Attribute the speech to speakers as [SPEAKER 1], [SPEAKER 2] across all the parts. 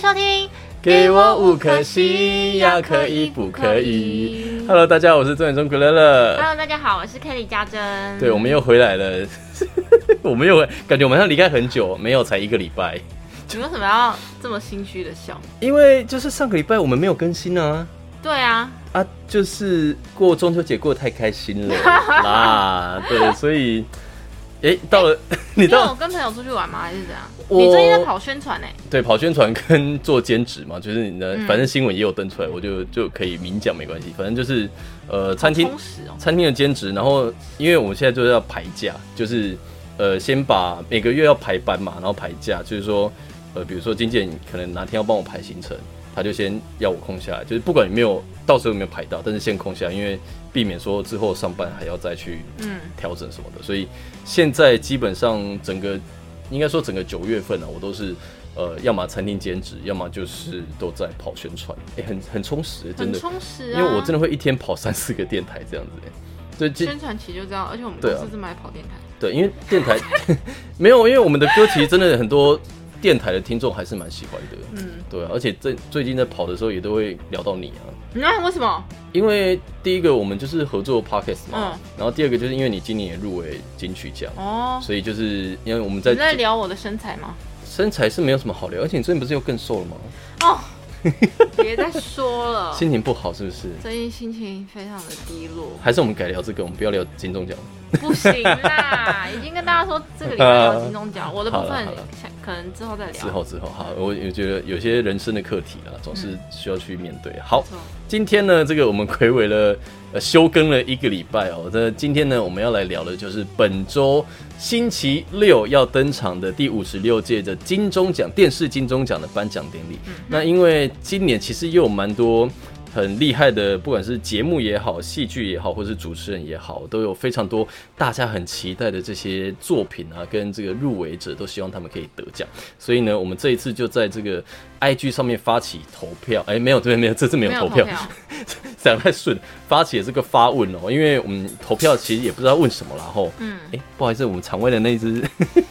[SPEAKER 1] 收听。
[SPEAKER 2] 给我五颗星呀，可以不可以？Hello，大家好，我是中原中古乐乐。
[SPEAKER 1] Hello，大家好，我是 Kelly 家珍。
[SPEAKER 2] 对，我们又回来了， 我们又感觉我们好像离开很久，没有，才一个礼拜。
[SPEAKER 1] 你为什么要这么心虚的笑？
[SPEAKER 2] 因为就是上个礼拜我们没有更新啊，
[SPEAKER 1] 对啊，
[SPEAKER 2] 啊，就是过中秋节过得太开心了 啦，对，所以，诶，到了、你
[SPEAKER 1] 因为我
[SPEAKER 2] 到
[SPEAKER 1] 跟朋友出去玩嘛，还是怎样？
[SPEAKER 2] 我
[SPEAKER 1] 你最近在跑宣传呢、
[SPEAKER 2] 对跑宣传跟做兼职嘛，就是你的，反正新闻也有登出来，我就就可以明讲没关系，反正就是呃，餐厅
[SPEAKER 1] 好充实哦。
[SPEAKER 2] 餐厅的兼职，然后因为我们现在就是要排假，就是呃先把每个月要排班嘛，然后排假，就是说呃比如说经纪人可能哪天要帮我排行程，他就先要我空下来，就是不管有没有到时候有没有排到，但是先空下来，因为避免说之后上班还要再去
[SPEAKER 1] 嗯，
[SPEAKER 2] 调整什么的，所以现在基本上整个应该说整个九月份啊，我都是。呃，要么餐厅兼职，要么就是都在跑宣传，哎、很很充实，真
[SPEAKER 1] 很
[SPEAKER 2] 的，
[SPEAKER 1] 充实
[SPEAKER 2] 因
[SPEAKER 1] 啊。
[SPEAKER 2] 为我真的会一天跑三四个电台这样子、欸，对，这
[SPEAKER 1] 宣传期就这样，而且我们公
[SPEAKER 2] 对啊
[SPEAKER 1] 司这么爱跑电台。
[SPEAKER 2] 对，因为电台 没有，因为我们的歌其实真的很多电台的听众还是蛮喜欢的，
[SPEAKER 1] 嗯，
[SPEAKER 2] 对啊，而且最最近在跑的时候也都会聊到你啊，
[SPEAKER 1] 你看为什么？
[SPEAKER 2] 因为第一个我们就是合作 podcast 嘛，
[SPEAKER 1] 嗯
[SPEAKER 2] 然后第二个就是因为你今年也入围金曲奖，
[SPEAKER 1] 哦，
[SPEAKER 2] 所以就是因为我们在
[SPEAKER 1] 你在聊我的身材吗？
[SPEAKER 2] 身材是没有什么好聊，而且你最近不是又更瘦了吗？
[SPEAKER 1] 哦，别再说了，
[SPEAKER 2] 心情不好是不是？
[SPEAKER 1] 最近心情非常的低落。
[SPEAKER 2] 还是我们改聊这个，我们不要聊金钟奖。
[SPEAKER 1] 不行啦，已经跟大家说这个礼拜要金钟奖，我的部
[SPEAKER 2] 好了
[SPEAKER 1] 分
[SPEAKER 2] 好了
[SPEAKER 1] 想可能之后再聊。
[SPEAKER 2] 之后之后，呃好，我我觉得有些人生的课题啊，总是需要去面对。好
[SPEAKER 1] 嗯没错，
[SPEAKER 2] 今天呢，这个我们暌违了，呃，休更了一个礼拜哦。这今天呢，我们要来聊的就是本周星期六要登场的第五十六届的金钟奖电视金钟奖的颁奖典礼。那因为今年其实也有蛮多。很厉害的，不管是节目也好，戏剧也好，或是主持人也好，都有非常多大家很期待的这些作品啊，跟这个入围者都希望他们可以得奖。所以呢，我们这一次就在这个 IG 上面发起投票。哎、没有，对，没有，这次没有
[SPEAKER 1] 没有
[SPEAKER 2] 投
[SPEAKER 1] 投票
[SPEAKER 2] 票，， 讲得太顺，发起了这个发问哦、因为我们投票其实也不知道问什么啦，然后，
[SPEAKER 1] 嗯
[SPEAKER 2] 哎、不好意思，我们场外的那一只，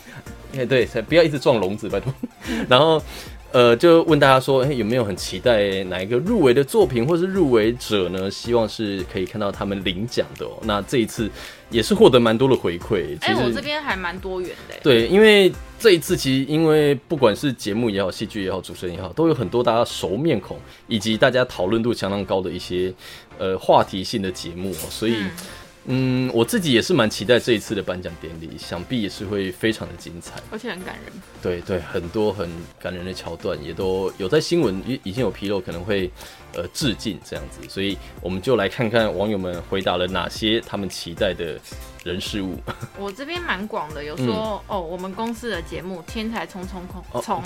[SPEAKER 2] 哎、对，不要一直撞笼子，拜托。 然后，呃，就问大家说，哎、有没有很期待哪一个入围的作品或是入围者呢？希望是可以看到他们领奖的哦、那这一次也是获得蛮多的回馈，其
[SPEAKER 1] 哎，
[SPEAKER 2] 实、
[SPEAKER 1] 我这边还蛮多元的。
[SPEAKER 2] 对，因为这一次其实因为不管是节目也好、戏剧也好、主持人也好，都有很多大家熟面孔，以及大家讨论度相当高的一些呃话题性的节目哦、所以
[SPEAKER 1] 嗯
[SPEAKER 2] 嗯，我自己也是蛮期待这一次的颁奖典礼，想必也是会非常的精彩。
[SPEAKER 1] 而且很感人。
[SPEAKER 2] 对对，很多很感人的桥段也都有在新闻已已经有披露，可能会呃致敬这样子，所以我们就来看看网友们回答了哪些他们期待的人事物。
[SPEAKER 1] 我这边蛮广的，有说
[SPEAKER 2] 嗯
[SPEAKER 1] 哦，我们公司的节目《天才冲冲
[SPEAKER 2] 哦
[SPEAKER 1] 冲冲》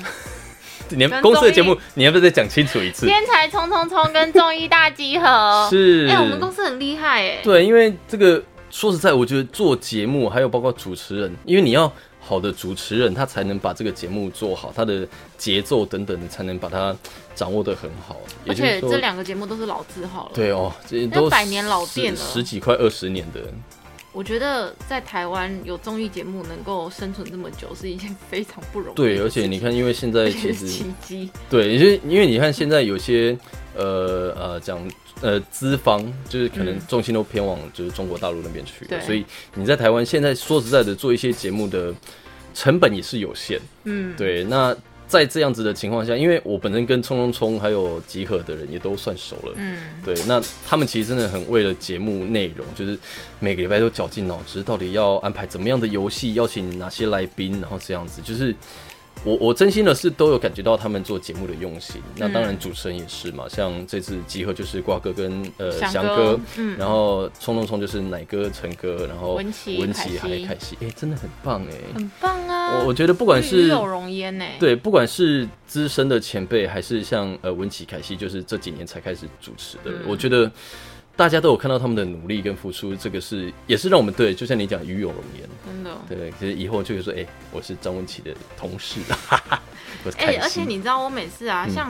[SPEAKER 2] 你们
[SPEAKER 1] 跟
[SPEAKER 2] 公司的
[SPEAKER 1] 综艺
[SPEAKER 2] 节目，你要不要再讲清楚一次。
[SPEAKER 1] 《？天才冲冲冲》跟综艺大集合
[SPEAKER 2] 是，
[SPEAKER 1] 哎，我们公司很厉害哎。
[SPEAKER 2] 对，因为这个说实在，我觉得做节目还有包括主持人，因为你要好的主持人，他才能把这个节目做好，他的节奏等等的才能把它掌握的很好。也
[SPEAKER 1] 而
[SPEAKER 2] 就是
[SPEAKER 1] 且
[SPEAKER 2] 说
[SPEAKER 1] 这两个节目都是老字号了。，
[SPEAKER 2] 对哦，这都
[SPEAKER 1] 百年老店了
[SPEAKER 2] 十十几快二十年的，
[SPEAKER 1] 我觉得在台湾有综艺节目能够生存这么久是一件非常不容易的事
[SPEAKER 2] 对，
[SPEAKER 1] 情。
[SPEAKER 2] 而且你看，因 为现在
[SPEAKER 1] 而
[SPEAKER 2] 其
[SPEAKER 1] 且是
[SPEAKER 2] 实
[SPEAKER 1] 奇迹。
[SPEAKER 2] 对，因为因为你看现在有些呃呃讲呃资方，就是可能
[SPEAKER 1] 嗯
[SPEAKER 2] 重心都偏往就是中国大陆那边去了，
[SPEAKER 1] 对
[SPEAKER 2] 所以你在台湾现在说实在的，做一些节目的成本也是有限。
[SPEAKER 1] 嗯，
[SPEAKER 2] 对，那在这样子的情况下，因为我本身跟冲冲冲还有集合的人也都算熟了，
[SPEAKER 1] 嗯。
[SPEAKER 2] 对，那他们其实真的很为了节目内容，就是每个礼拜都绞尽脑汁，到底要安排怎么样的游戏，邀请哪些来宾，然后这样子，就是我我真心的是都有感觉到他们做节目的用心。那
[SPEAKER 1] 嗯
[SPEAKER 2] 当然主持人也是嘛，像这次集合就是瓜哥跟呃
[SPEAKER 1] 翔
[SPEAKER 2] 翔
[SPEAKER 1] 哥
[SPEAKER 2] 哥，
[SPEAKER 1] 嗯
[SPEAKER 2] 然后冲冲冲就是奶哥、陈哥，然后
[SPEAKER 1] 文琪
[SPEAKER 2] 文
[SPEAKER 1] 凯
[SPEAKER 2] 琪还有
[SPEAKER 1] 西
[SPEAKER 2] 凯西，哎、真的很棒哎、
[SPEAKER 1] 很棒啊！
[SPEAKER 2] 我我觉得不管
[SPEAKER 1] 与
[SPEAKER 2] 是
[SPEAKER 1] 有容焉呢、，
[SPEAKER 2] 对，不管是资深的前辈，还是像呃文启凯西，就是这几年才开始主持的，
[SPEAKER 1] 嗯
[SPEAKER 2] 我觉得大家都有看到他们的努力跟付出，这个是也是让我们对，就像你讲与有荣焉，
[SPEAKER 1] 真的。
[SPEAKER 2] 对，其实以后就会说，哎、我是张文琪的同事， 我是
[SPEAKER 1] 哎、
[SPEAKER 2] 凯西，
[SPEAKER 1] 而且你知道我每次啊，像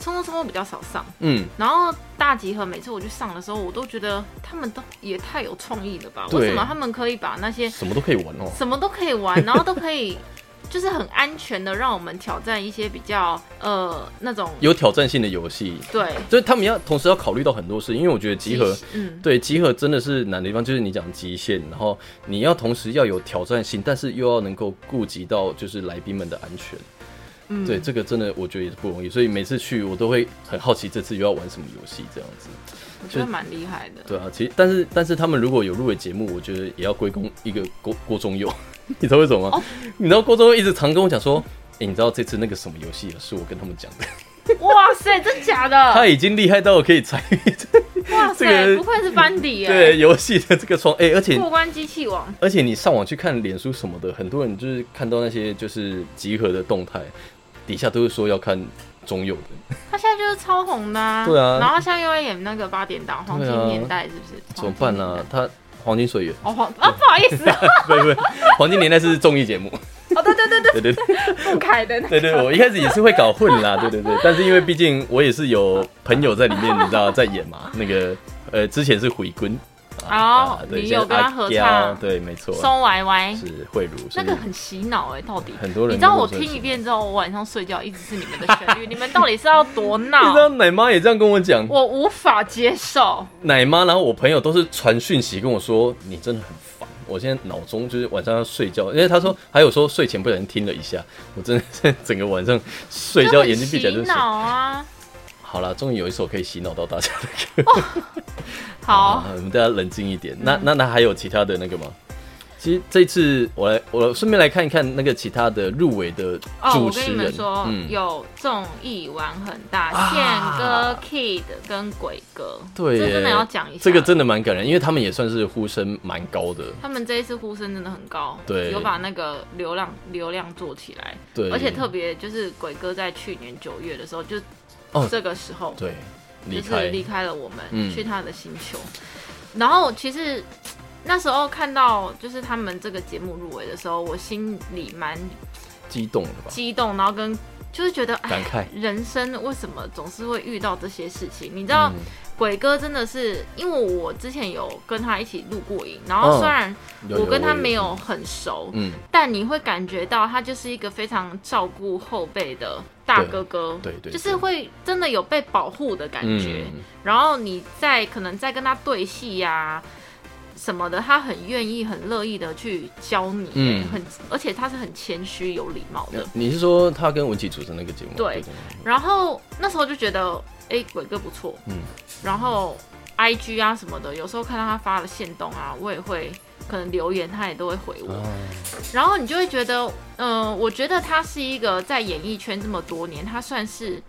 [SPEAKER 1] 冲冲冲我比较少上，
[SPEAKER 2] 嗯，
[SPEAKER 1] 然后大集合每次我去上的时候，我都觉得他们都也太有创意了吧？
[SPEAKER 2] 对
[SPEAKER 1] 为什么他们可以把那些
[SPEAKER 2] 什么都可以玩哦，
[SPEAKER 1] 什么都可以玩，然后都可以就是很安全的让我们挑战一些比较呃那种
[SPEAKER 2] 有挑战性的游戏，
[SPEAKER 1] 对
[SPEAKER 2] 就是他们要同时要考虑到很多事，因为我觉得集合。
[SPEAKER 1] 嗯
[SPEAKER 2] 对集合真的是难的地方，就是你讲极限，然后你要同时要有挑战性，但是又要能够顾及到就是来宾们的安全。
[SPEAKER 1] 嗯
[SPEAKER 2] 对，这个真的我觉得也是不容易，所以每次去我都会很好奇这次又要玩什么游戏这样子。
[SPEAKER 1] 我觉得蛮厉害的。
[SPEAKER 2] 对啊，其实但是但是他们如果有入围节目，我觉得也要归功一个郭郭忠佑， 你知道为什么吗？
[SPEAKER 1] 哦
[SPEAKER 2] 你知道郭忠佑一直常跟我讲说，哎、你知道这次那个什么游戏啊，是我跟他们讲的，
[SPEAKER 1] 哇塞，真假
[SPEAKER 2] 他
[SPEAKER 1] 的？
[SPEAKER 2] 已经厉害到可以参与这
[SPEAKER 1] 哇
[SPEAKER 2] 这
[SPEAKER 1] 塞，
[SPEAKER 2] 个
[SPEAKER 1] 不愧是班底
[SPEAKER 2] 对
[SPEAKER 1] 耶！
[SPEAKER 2] 游戏的这个窗，哎、而且
[SPEAKER 1] 过关机器王，
[SPEAKER 2] 而且你上网去看脸书什么的，很多人就是看到那些就是集合的动态，底下都是说要看中友的，
[SPEAKER 1] 他现在就是超红的、啊
[SPEAKER 2] 对啊
[SPEAKER 1] 然后他现在又在演那个八点档黄金
[SPEAKER 2] 对啊
[SPEAKER 1] 年代，是不是？
[SPEAKER 2] 怎么办呢、
[SPEAKER 1] 黄金年
[SPEAKER 2] 啊
[SPEAKER 1] 代？
[SPEAKER 2] 他黄金水源，
[SPEAKER 1] 哦黄啊，不好意思，哦
[SPEAKER 2] 不不，黄金年代是综艺 节目，
[SPEAKER 1] 对对对对，
[SPEAKER 2] 对对对
[SPEAKER 1] 不凯的那个
[SPEAKER 2] 对对，我一开始也是会搞混啦， 对对对，但是因为毕竟我也是有朋友在里面，你知道在演 嘛，那个呃之前是回棍
[SPEAKER 1] 哦你有
[SPEAKER 2] 现在
[SPEAKER 1] 跟他
[SPEAKER 2] 阿
[SPEAKER 1] 合
[SPEAKER 2] 娇
[SPEAKER 1] 唱
[SPEAKER 2] 对，没错，
[SPEAKER 1] 松歪歪，
[SPEAKER 2] 是慧茹，
[SPEAKER 1] 那
[SPEAKER 2] 是
[SPEAKER 1] 个很洗脑哎、到底
[SPEAKER 2] 很多人
[SPEAKER 1] 你知道
[SPEAKER 2] 都
[SPEAKER 1] 我
[SPEAKER 2] 说
[SPEAKER 1] 听
[SPEAKER 2] 是
[SPEAKER 1] 一遍之后，我晚上睡觉一直是你们的旋律，你们到底是要多
[SPEAKER 2] 你
[SPEAKER 1] 闹
[SPEAKER 2] 知？道奶妈也这样跟我讲，
[SPEAKER 1] 我无法接受，
[SPEAKER 2] 奶妈，然后我朋友都是传讯息跟我说，你真的很烦。我现在脑中就是晚上要睡觉，因为他说还有说睡前不小心听了一下，我真的是整个晚上睡
[SPEAKER 1] 就
[SPEAKER 2] 觉
[SPEAKER 1] 很
[SPEAKER 2] 眼睛闭起来就
[SPEAKER 1] 洗
[SPEAKER 2] 睡。
[SPEAKER 1] 脑啊！
[SPEAKER 2] 好啦，终于有一首可以洗脑到大家的歌。
[SPEAKER 1] 好，嗯
[SPEAKER 2] 我们大家冷静一点。那那那还有其他的那个吗？其实这次我来，我顺便来看一看那个其他的入围的
[SPEAKER 1] 哦，
[SPEAKER 2] 主
[SPEAKER 1] 我跟
[SPEAKER 2] 持
[SPEAKER 1] 你
[SPEAKER 2] 人嗯
[SPEAKER 1] 们。说，有综艺玩很大，宪哥
[SPEAKER 2] 啊、
[SPEAKER 1] Kid 跟鬼哥，
[SPEAKER 2] 对耶，
[SPEAKER 1] 这真的要讲一下，
[SPEAKER 2] 这个真的蛮感人，因为他们也算是呼声蛮高的。
[SPEAKER 1] 他们这一次呼声真的很高，
[SPEAKER 2] 对
[SPEAKER 1] 有把那个流量流量做起来，
[SPEAKER 2] 对，
[SPEAKER 1] 而且特别就是鬼哥在去年九月的时候，就
[SPEAKER 2] 哦
[SPEAKER 1] 这个时候，
[SPEAKER 2] 对离
[SPEAKER 1] 就是
[SPEAKER 2] 开
[SPEAKER 1] 离开了我们，
[SPEAKER 2] 嗯
[SPEAKER 1] 去他的星球。然后其实那时候看到就是他们这个节目入围的时候，我心里蛮
[SPEAKER 2] 激动了吧？
[SPEAKER 1] 激动，然后跟就是觉得哎
[SPEAKER 2] 感，慨。
[SPEAKER 1] 人生为什么总是会遇到这些事情？你知
[SPEAKER 2] 嗯
[SPEAKER 1] 道，鬼哥真的是因为我之前有跟他一起录过影，然后
[SPEAKER 2] 嗯
[SPEAKER 1] 虽然
[SPEAKER 2] 有有
[SPEAKER 1] 我跟他
[SPEAKER 2] 有
[SPEAKER 1] 没有很熟，
[SPEAKER 2] 嗯，
[SPEAKER 1] 但你会感觉到他就是一个非常照顾后辈的大哥哥，
[SPEAKER 2] 对对对
[SPEAKER 1] 就是会真的有被保护的感觉。
[SPEAKER 2] 嗯
[SPEAKER 1] 然后你在可能在跟他对戏呀、什么的，他很愿意、很乐意的去教你，
[SPEAKER 2] 嗯
[SPEAKER 1] 很而且他是很谦虚、有礼貌的。
[SPEAKER 2] 你是说他跟文琪主持那个节目？
[SPEAKER 1] 对然后那时候就觉得，哎、鬼哥不错，
[SPEAKER 2] 嗯
[SPEAKER 1] 然后 I G 啊什么的，有时候看到他发的线动啊，我也会可能留言，他也都会回
[SPEAKER 2] 哦
[SPEAKER 1] 我。然后你就会觉得，嗯、我觉得他是一个在演艺圈这么多年，他算是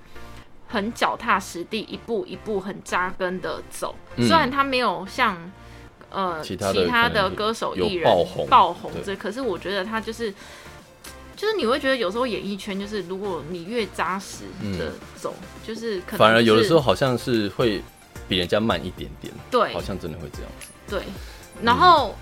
[SPEAKER 1] 很脚踏实地，一步一步很扎根的走。
[SPEAKER 2] 嗯
[SPEAKER 1] 虽然他没有像呃
[SPEAKER 2] 其他的可能
[SPEAKER 1] 歌手艺
[SPEAKER 2] 有
[SPEAKER 1] 人
[SPEAKER 2] 爆红
[SPEAKER 1] 爆红
[SPEAKER 2] 对
[SPEAKER 1] 这，可是我觉得他就是。就是你会觉得有时候演艺圈就是，如果你越扎实的走，就是可能
[SPEAKER 2] 反而有的
[SPEAKER 1] 是
[SPEAKER 2] 时候好像是会比人家慢一点点，
[SPEAKER 1] 对
[SPEAKER 2] 好像真嗯的会这样。
[SPEAKER 1] 对，然后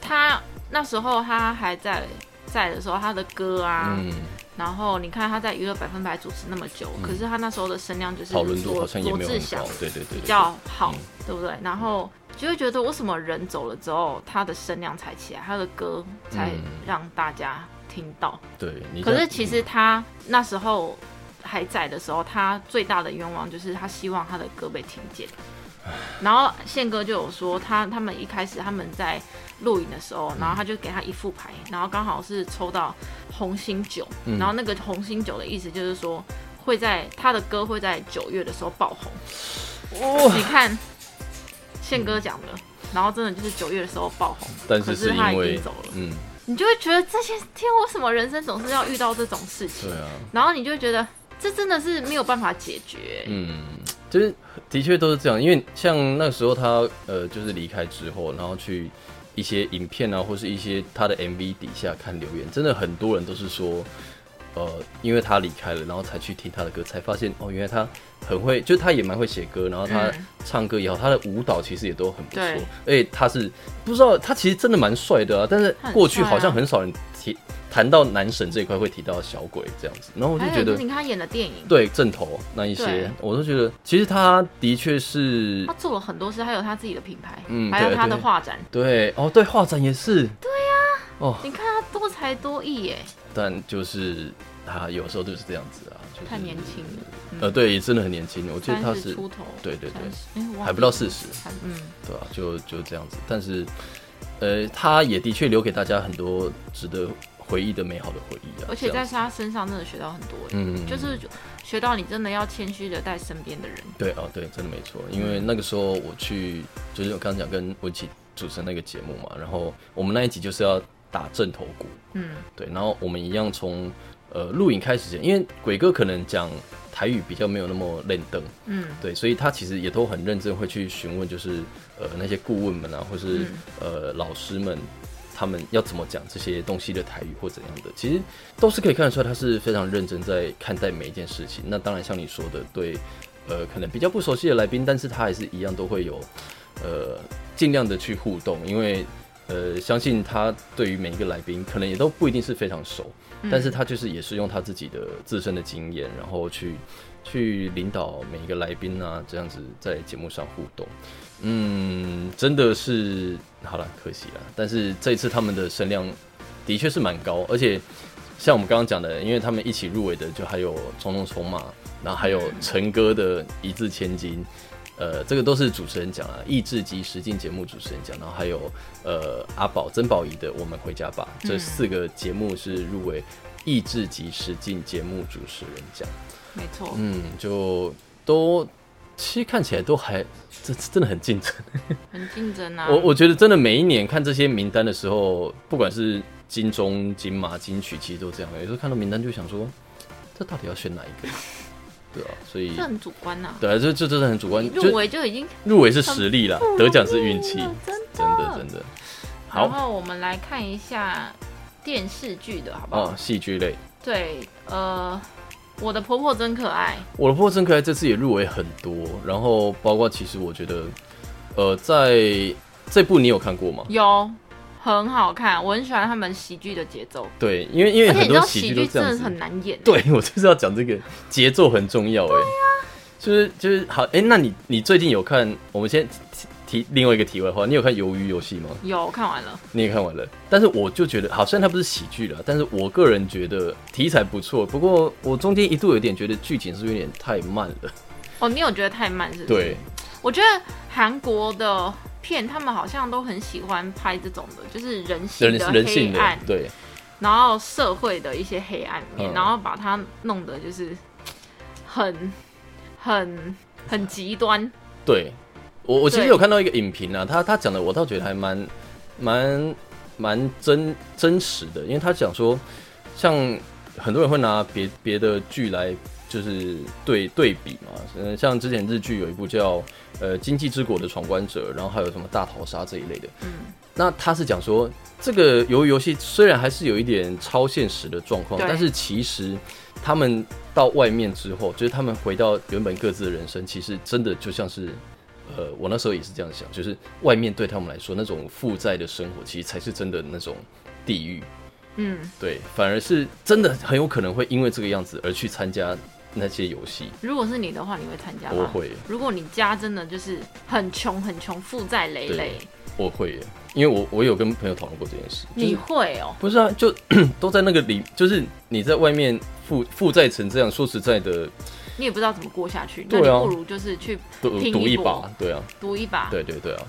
[SPEAKER 1] 他那时候他还在在的时候，他的歌啊，
[SPEAKER 2] 嗯，
[SPEAKER 1] 然后你看他在娱乐百分百主持那么久，可是他那时候的声量就是
[SPEAKER 2] 讨论度
[SPEAKER 1] 罗
[SPEAKER 2] 好像也没
[SPEAKER 1] 罗
[SPEAKER 2] 有很
[SPEAKER 1] 志祥
[SPEAKER 2] 高。对对对，
[SPEAKER 1] 比
[SPEAKER 2] 对
[SPEAKER 1] 较好
[SPEAKER 2] 嗯，
[SPEAKER 1] 对不对？然后就会觉得为什么人走了之后，他的声量才起来，他的歌才
[SPEAKER 2] 嗯
[SPEAKER 1] 让大家听到。
[SPEAKER 2] 对。你
[SPEAKER 1] 可
[SPEAKER 2] 这
[SPEAKER 1] 是
[SPEAKER 2] 样
[SPEAKER 1] 其实他那时候还在的时候，他最大的愿望就是他希望他的歌被听 见。然后宪哥就有说，他他们一开始他们在录影的时候，然后他就给他一副牌，然后刚好是抽到红心九，
[SPEAKER 2] 嗯
[SPEAKER 1] 然后那个红心九的意思就是说会在他的歌会在九月的时候爆红。
[SPEAKER 2] 哦，
[SPEAKER 1] 你看宪哥讲的，然后真的就是九月的时候爆红，
[SPEAKER 2] 但
[SPEAKER 1] 可
[SPEAKER 2] 是
[SPEAKER 1] 是他已
[SPEAKER 2] 因
[SPEAKER 1] 经
[SPEAKER 2] 为
[SPEAKER 1] 走了，
[SPEAKER 2] 嗯，
[SPEAKER 1] 你就会觉得这些天，为什么人生总是要遇到这种事情
[SPEAKER 2] 对？啊，
[SPEAKER 1] 然后你就会觉得这真的是没有办法解决。
[SPEAKER 2] 嗯，就是的确都是这样，因为像那时候他呃，就是离开之后，然后去一些影片啊，或是一些他的 MV 底下看留言，真的很多人都是说，呃，因为他离开了，然后才去听他的歌，才发现哦，原来他很会，就是他也蛮会写歌，然后他
[SPEAKER 1] 嗯
[SPEAKER 2] 唱歌也好，他的舞蹈其实也都很不错
[SPEAKER 1] 对，
[SPEAKER 2] 而且他是不知道他其实真的蛮帅的啊，但是
[SPEAKER 1] 他很
[SPEAKER 2] 过去
[SPEAKER 1] 帅啊
[SPEAKER 2] 好像很少人提谈到男神这一块会提到小鬼这样子，然后我就
[SPEAKER 1] 还
[SPEAKER 2] 觉
[SPEAKER 1] 有
[SPEAKER 2] 得
[SPEAKER 1] 就。是你看他演的电影，
[SPEAKER 2] 对正头那一些
[SPEAKER 1] 对，
[SPEAKER 2] 我都觉得其实他的确是
[SPEAKER 1] 他做了很多事，还有他自己的品牌，
[SPEAKER 2] 嗯
[SPEAKER 1] 还有
[SPEAKER 2] 对
[SPEAKER 1] 他的
[SPEAKER 2] 对
[SPEAKER 1] 画展，
[SPEAKER 2] 对哦，对画展也是，对呀、哦，
[SPEAKER 1] 你看他多才多艺耶，
[SPEAKER 2] 但就是他有时候就是这样子啊，就是、
[SPEAKER 1] 太年轻了，
[SPEAKER 2] 呃，对，真的很年轻，我记得他
[SPEAKER 1] 三
[SPEAKER 2] 是
[SPEAKER 1] 十出头，
[SPEAKER 2] 对对
[SPEAKER 1] 30，
[SPEAKER 2] 对
[SPEAKER 1] 哎，我忘
[SPEAKER 2] 还
[SPEAKER 1] 了
[SPEAKER 2] 不到四十，
[SPEAKER 1] 还嗯，
[SPEAKER 2] 对吧、就就这样子，但是呃，他也的确留给大家很多值得回忆的美好的回忆啊，
[SPEAKER 1] 而且
[SPEAKER 2] 这
[SPEAKER 1] 在
[SPEAKER 2] 样子
[SPEAKER 1] 他身上真的学到很多耶，
[SPEAKER 2] 嗯，
[SPEAKER 1] 就是学到你真的要谦虚的带身边的人，
[SPEAKER 2] 对哦，对，真的没错。因为那个时候我去，就是我刚刚讲跟我一起主持那个节目嘛，然后我们那一集就是要打正头鼓，
[SPEAKER 1] 嗯，
[SPEAKER 2] 对，然后我们一样从呃录影开始前，因为鬼哥可能讲台语比较没有那么认登，
[SPEAKER 1] 嗯，
[SPEAKER 2] 对，所以他其实也都很认真会去询问，就是呃那些顾问们啊，或是、呃老师们。他们要怎么讲这些东西的台语或怎样的，其实都是可以看得出来，他是非常认真在看待每一件事情。那当然，像你说的，对，呃，可能比较不熟悉的来宾，但是他还是一样都会有，呃，尽量的去互动，因为呃，相信他对于每一个来宾，可能也都不一定是非常熟，但是他就是也是用他自己的自身的经验，然后去去领导每一个来宾啊，这样子在节目上互动。嗯，真的是好了，可惜了。但是这一次他们的声量的确是蛮高，而且像我们刚刚讲的，因为他们一起入围的，就还有冲冲冲嘛，然后还有陈哥的一字千金，呃，这个都是主持人讲啊，益智及实境节目主持人讲，然后还有呃阿宝曾宝仪的《我们回家吧》，这四个节目是入围益智及实境节目主持人奖。
[SPEAKER 1] 没错，
[SPEAKER 2] 嗯，就都其实看起来都还这这真的很竞争。
[SPEAKER 1] 很竞争啊，
[SPEAKER 2] 我我觉得真的每一年看这些名单的时候，不管是金钟、金马、金曲，其实都这样。有时候看到名单就想说，这到底要选哪 一个？对啊，所以
[SPEAKER 1] 这很主观呐，
[SPEAKER 2] 对啊，这这真的很主观。
[SPEAKER 1] 入
[SPEAKER 2] 就
[SPEAKER 1] 围就已经
[SPEAKER 2] 入围是实力啦，
[SPEAKER 1] 不
[SPEAKER 2] 得奖是运气
[SPEAKER 1] 容易，了真
[SPEAKER 2] 真的真的。
[SPEAKER 1] 然
[SPEAKER 2] 好
[SPEAKER 1] 后我们来看一下电视剧的好不好？
[SPEAKER 2] 哦，戏剧类，
[SPEAKER 1] 对，呃，我的婆婆真可爱，
[SPEAKER 2] 我的破真可爱这次也入围很多，然后包括其实我觉得，呃，在这部你有看过吗？
[SPEAKER 1] 有很好看，我很喜欢他们喜剧的节奏，
[SPEAKER 2] 对，因为因为
[SPEAKER 1] 而且你
[SPEAKER 2] 很
[SPEAKER 1] 知
[SPEAKER 2] 多
[SPEAKER 1] 道
[SPEAKER 2] 喜
[SPEAKER 1] 喜
[SPEAKER 2] 剧都
[SPEAKER 1] 剧
[SPEAKER 2] 这
[SPEAKER 1] 真
[SPEAKER 2] 样
[SPEAKER 1] 的
[SPEAKER 2] 子，
[SPEAKER 1] 很难演，， 欸
[SPEAKER 2] 对，我就是要讲这个节奏很重要哎、
[SPEAKER 1] 啊
[SPEAKER 2] 就是就是好哎、那你你最近有看？我们先提提另外一个题外话，你有看《鱿鱼游戏》吗？
[SPEAKER 1] 有看完了，
[SPEAKER 2] 你也看完了，但是我就觉得，好，虽然它不是喜剧了，但是我个人觉得题材不错，不过我中间一度有点觉得剧情是不是有点太慢了。
[SPEAKER 1] 哦，你有觉得太慢是不是？
[SPEAKER 2] 对，
[SPEAKER 1] 我觉得韩国的片，他们好像都很喜欢拍这种的，就是人性
[SPEAKER 2] 人
[SPEAKER 1] 的
[SPEAKER 2] 人性
[SPEAKER 1] 黑
[SPEAKER 2] 的
[SPEAKER 1] 暗，，
[SPEAKER 2] 对，
[SPEAKER 1] 然后社会的一些黑暗面，
[SPEAKER 2] 嗯
[SPEAKER 1] 然后把它弄得就是很很很极端。
[SPEAKER 2] 对，我我其实
[SPEAKER 1] 对
[SPEAKER 2] 有看到一个影评啊，他他讲的我倒觉得还蛮蛮蛮真真实的，因为他讲说，像很多人会拿别别的剧来就是对对比嘛，嗯，像之前日剧有一部叫呃《经济之国的闯关者》，然后还有什么《大逃杀》这一类的，
[SPEAKER 1] 嗯，
[SPEAKER 2] 那他是讲说，这个鱿鱼游戏虽然还是有一点超现实的状况，
[SPEAKER 1] 对
[SPEAKER 2] 但是其实他们到外面之后，就是他们回到原本各自的人生，其实真的就像是，呃，我那时候也是这样想，就是外面对他们来说那种负债的生活，其实才是真的那种地狱。
[SPEAKER 1] 嗯，
[SPEAKER 2] 对，反而是真的很有可能会因为这个样子而去参加那些游戏。
[SPEAKER 1] 如果是你的话，你会参加
[SPEAKER 2] 我
[SPEAKER 1] 吗？
[SPEAKER 2] 会，
[SPEAKER 1] 如果你家真的就是很穷很穷，负债累累，
[SPEAKER 2] 我会耶，因为我我有跟朋友讨论过这件事，就是
[SPEAKER 1] 你会哦、
[SPEAKER 2] 不是啊，就 都在那个里，就是你在外面负负债成这样，说实在的，
[SPEAKER 1] 你也不知道怎么过下去，那
[SPEAKER 2] 对啊
[SPEAKER 1] 你不如就是去
[SPEAKER 2] 赌
[SPEAKER 1] 拼一
[SPEAKER 2] 赌一
[SPEAKER 1] 搏
[SPEAKER 2] 把，对啊，
[SPEAKER 1] 赌一把。
[SPEAKER 2] 对对对啊。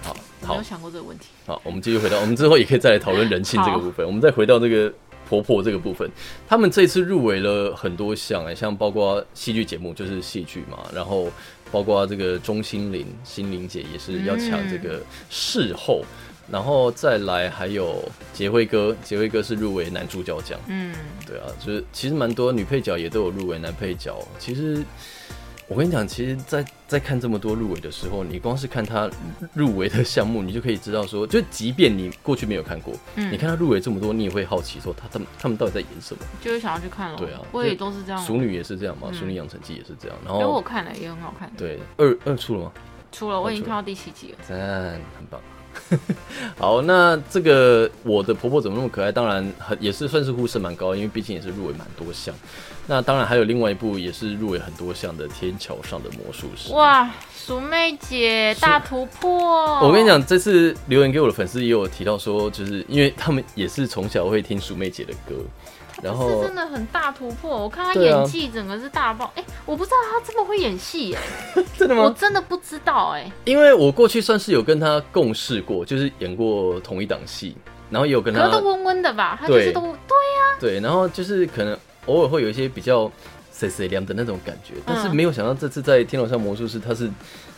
[SPEAKER 2] 好，
[SPEAKER 1] 我没有
[SPEAKER 2] 好，
[SPEAKER 1] 想过这个问题。
[SPEAKER 2] 好，我们继续回到，我们之后也可以再来讨论人性这个部分，我们再回到这个婆婆这个部分，他们这次入围了很多项哎、像包括戏剧节目就是戏剧嘛，然后包括这个钟心凌，心凌姐也是要抢这个事后。然后再来还有杰辉哥，杰辉哥是入围男主角奖，
[SPEAKER 1] 嗯，
[SPEAKER 2] 对啊，就是其实蛮多女配角也都有入围男配角。其实我跟你讲，其实在，在看这么多入围的时候，你光是看他入围的项目，你就可以知道说，就即便你过去没有看过，
[SPEAKER 1] 嗯
[SPEAKER 2] 你看他入围这么多，你也会好奇说他他们他们到底在演什么。
[SPEAKER 1] 就是想要去看了。
[SPEAKER 2] 对啊
[SPEAKER 1] 我也都是这样。
[SPEAKER 2] 熟女也是这样嘛，
[SPEAKER 1] 嗯
[SPEAKER 2] 熟女养成记也是这样。然
[SPEAKER 1] 因为我
[SPEAKER 2] 后
[SPEAKER 1] 看了也很好看。
[SPEAKER 2] 对二二出了吗？
[SPEAKER 1] 除了我已经
[SPEAKER 2] 出
[SPEAKER 1] 看到第七集了，
[SPEAKER 2] 赞，很棒。 好，那这个我的婆婆怎么那么可爱？当然很也是算是呼声蛮高，因为毕竟也是入围蛮多项。那当然还有另外一部也是入围很多项的《天桥上的魔术师》。
[SPEAKER 1] 哇，鼠妹姐大突破！哦
[SPEAKER 2] 我跟你，讲，这次留言给我的粉丝也有提到说，就是因为他们也是从小会听鼠妹姐的歌，
[SPEAKER 1] 这
[SPEAKER 2] 然
[SPEAKER 1] 次
[SPEAKER 2] 后
[SPEAKER 1] 真的很大突破。我看她
[SPEAKER 2] 对啊
[SPEAKER 1] 演技整个是大爆，哎、我不知道她这么会演戏、哎，
[SPEAKER 2] 真的
[SPEAKER 1] 我？真的不知道、哎，
[SPEAKER 2] 因为我过去算是有跟她共事过，就是演过同一档戏，然后也有跟
[SPEAKER 1] 可是都
[SPEAKER 2] 她
[SPEAKER 1] 温温的吧？她就是
[SPEAKER 2] 对
[SPEAKER 1] 都对，啊
[SPEAKER 2] 对，然后就是可能偶尔会有一些比较。谁谁凉的那种感觉，但
[SPEAKER 1] 嗯
[SPEAKER 2] 是没有想到这次在《天桥上魔术师》，他是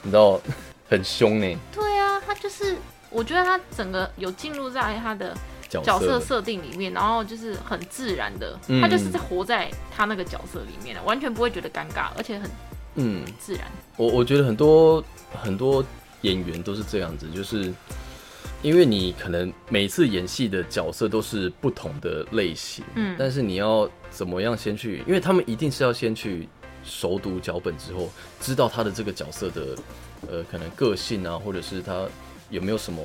[SPEAKER 2] 你知道 很凶欸呢，
[SPEAKER 1] 对啊，她就是，我觉得她整个有进入在她的
[SPEAKER 2] 角
[SPEAKER 1] 角色
[SPEAKER 2] 色
[SPEAKER 1] 设定里面，然后就是很自然的，
[SPEAKER 2] 嗯
[SPEAKER 1] 她就是在活在她那个角色里面了，完全不会觉得尴尬，而且很
[SPEAKER 2] 嗯，
[SPEAKER 1] 自然。
[SPEAKER 2] 我我觉得很多很多演员都是这样子，就是因为你可能每次演戏的角色都是不同的类型，
[SPEAKER 1] 嗯
[SPEAKER 2] 但是你要怎么样先去，因为他们一定是要先去熟读脚本之后，知道他的这个角色的呃可能个性啊，或者是他有没有什么。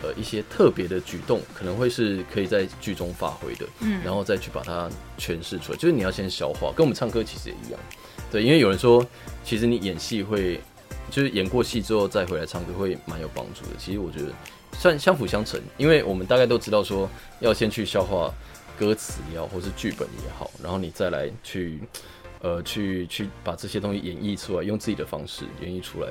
[SPEAKER 2] 呃，一些特别的举动可能会是可以在剧中发挥的，
[SPEAKER 1] 嗯
[SPEAKER 2] 然后再去把它诠释出来，就是你要先消化，跟我们唱歌其实也一样，对，因为有人说，其实你演戏会，就是演过戏之后再回来唱歌会蛮有帮助的。其实我觉得算相辅相成，因为我们大概都知道说要先去消化歌词也好，或是剧本也好，然后你再来去，呃，去去把这些东西演绎出来，用自己的方式演绎出来。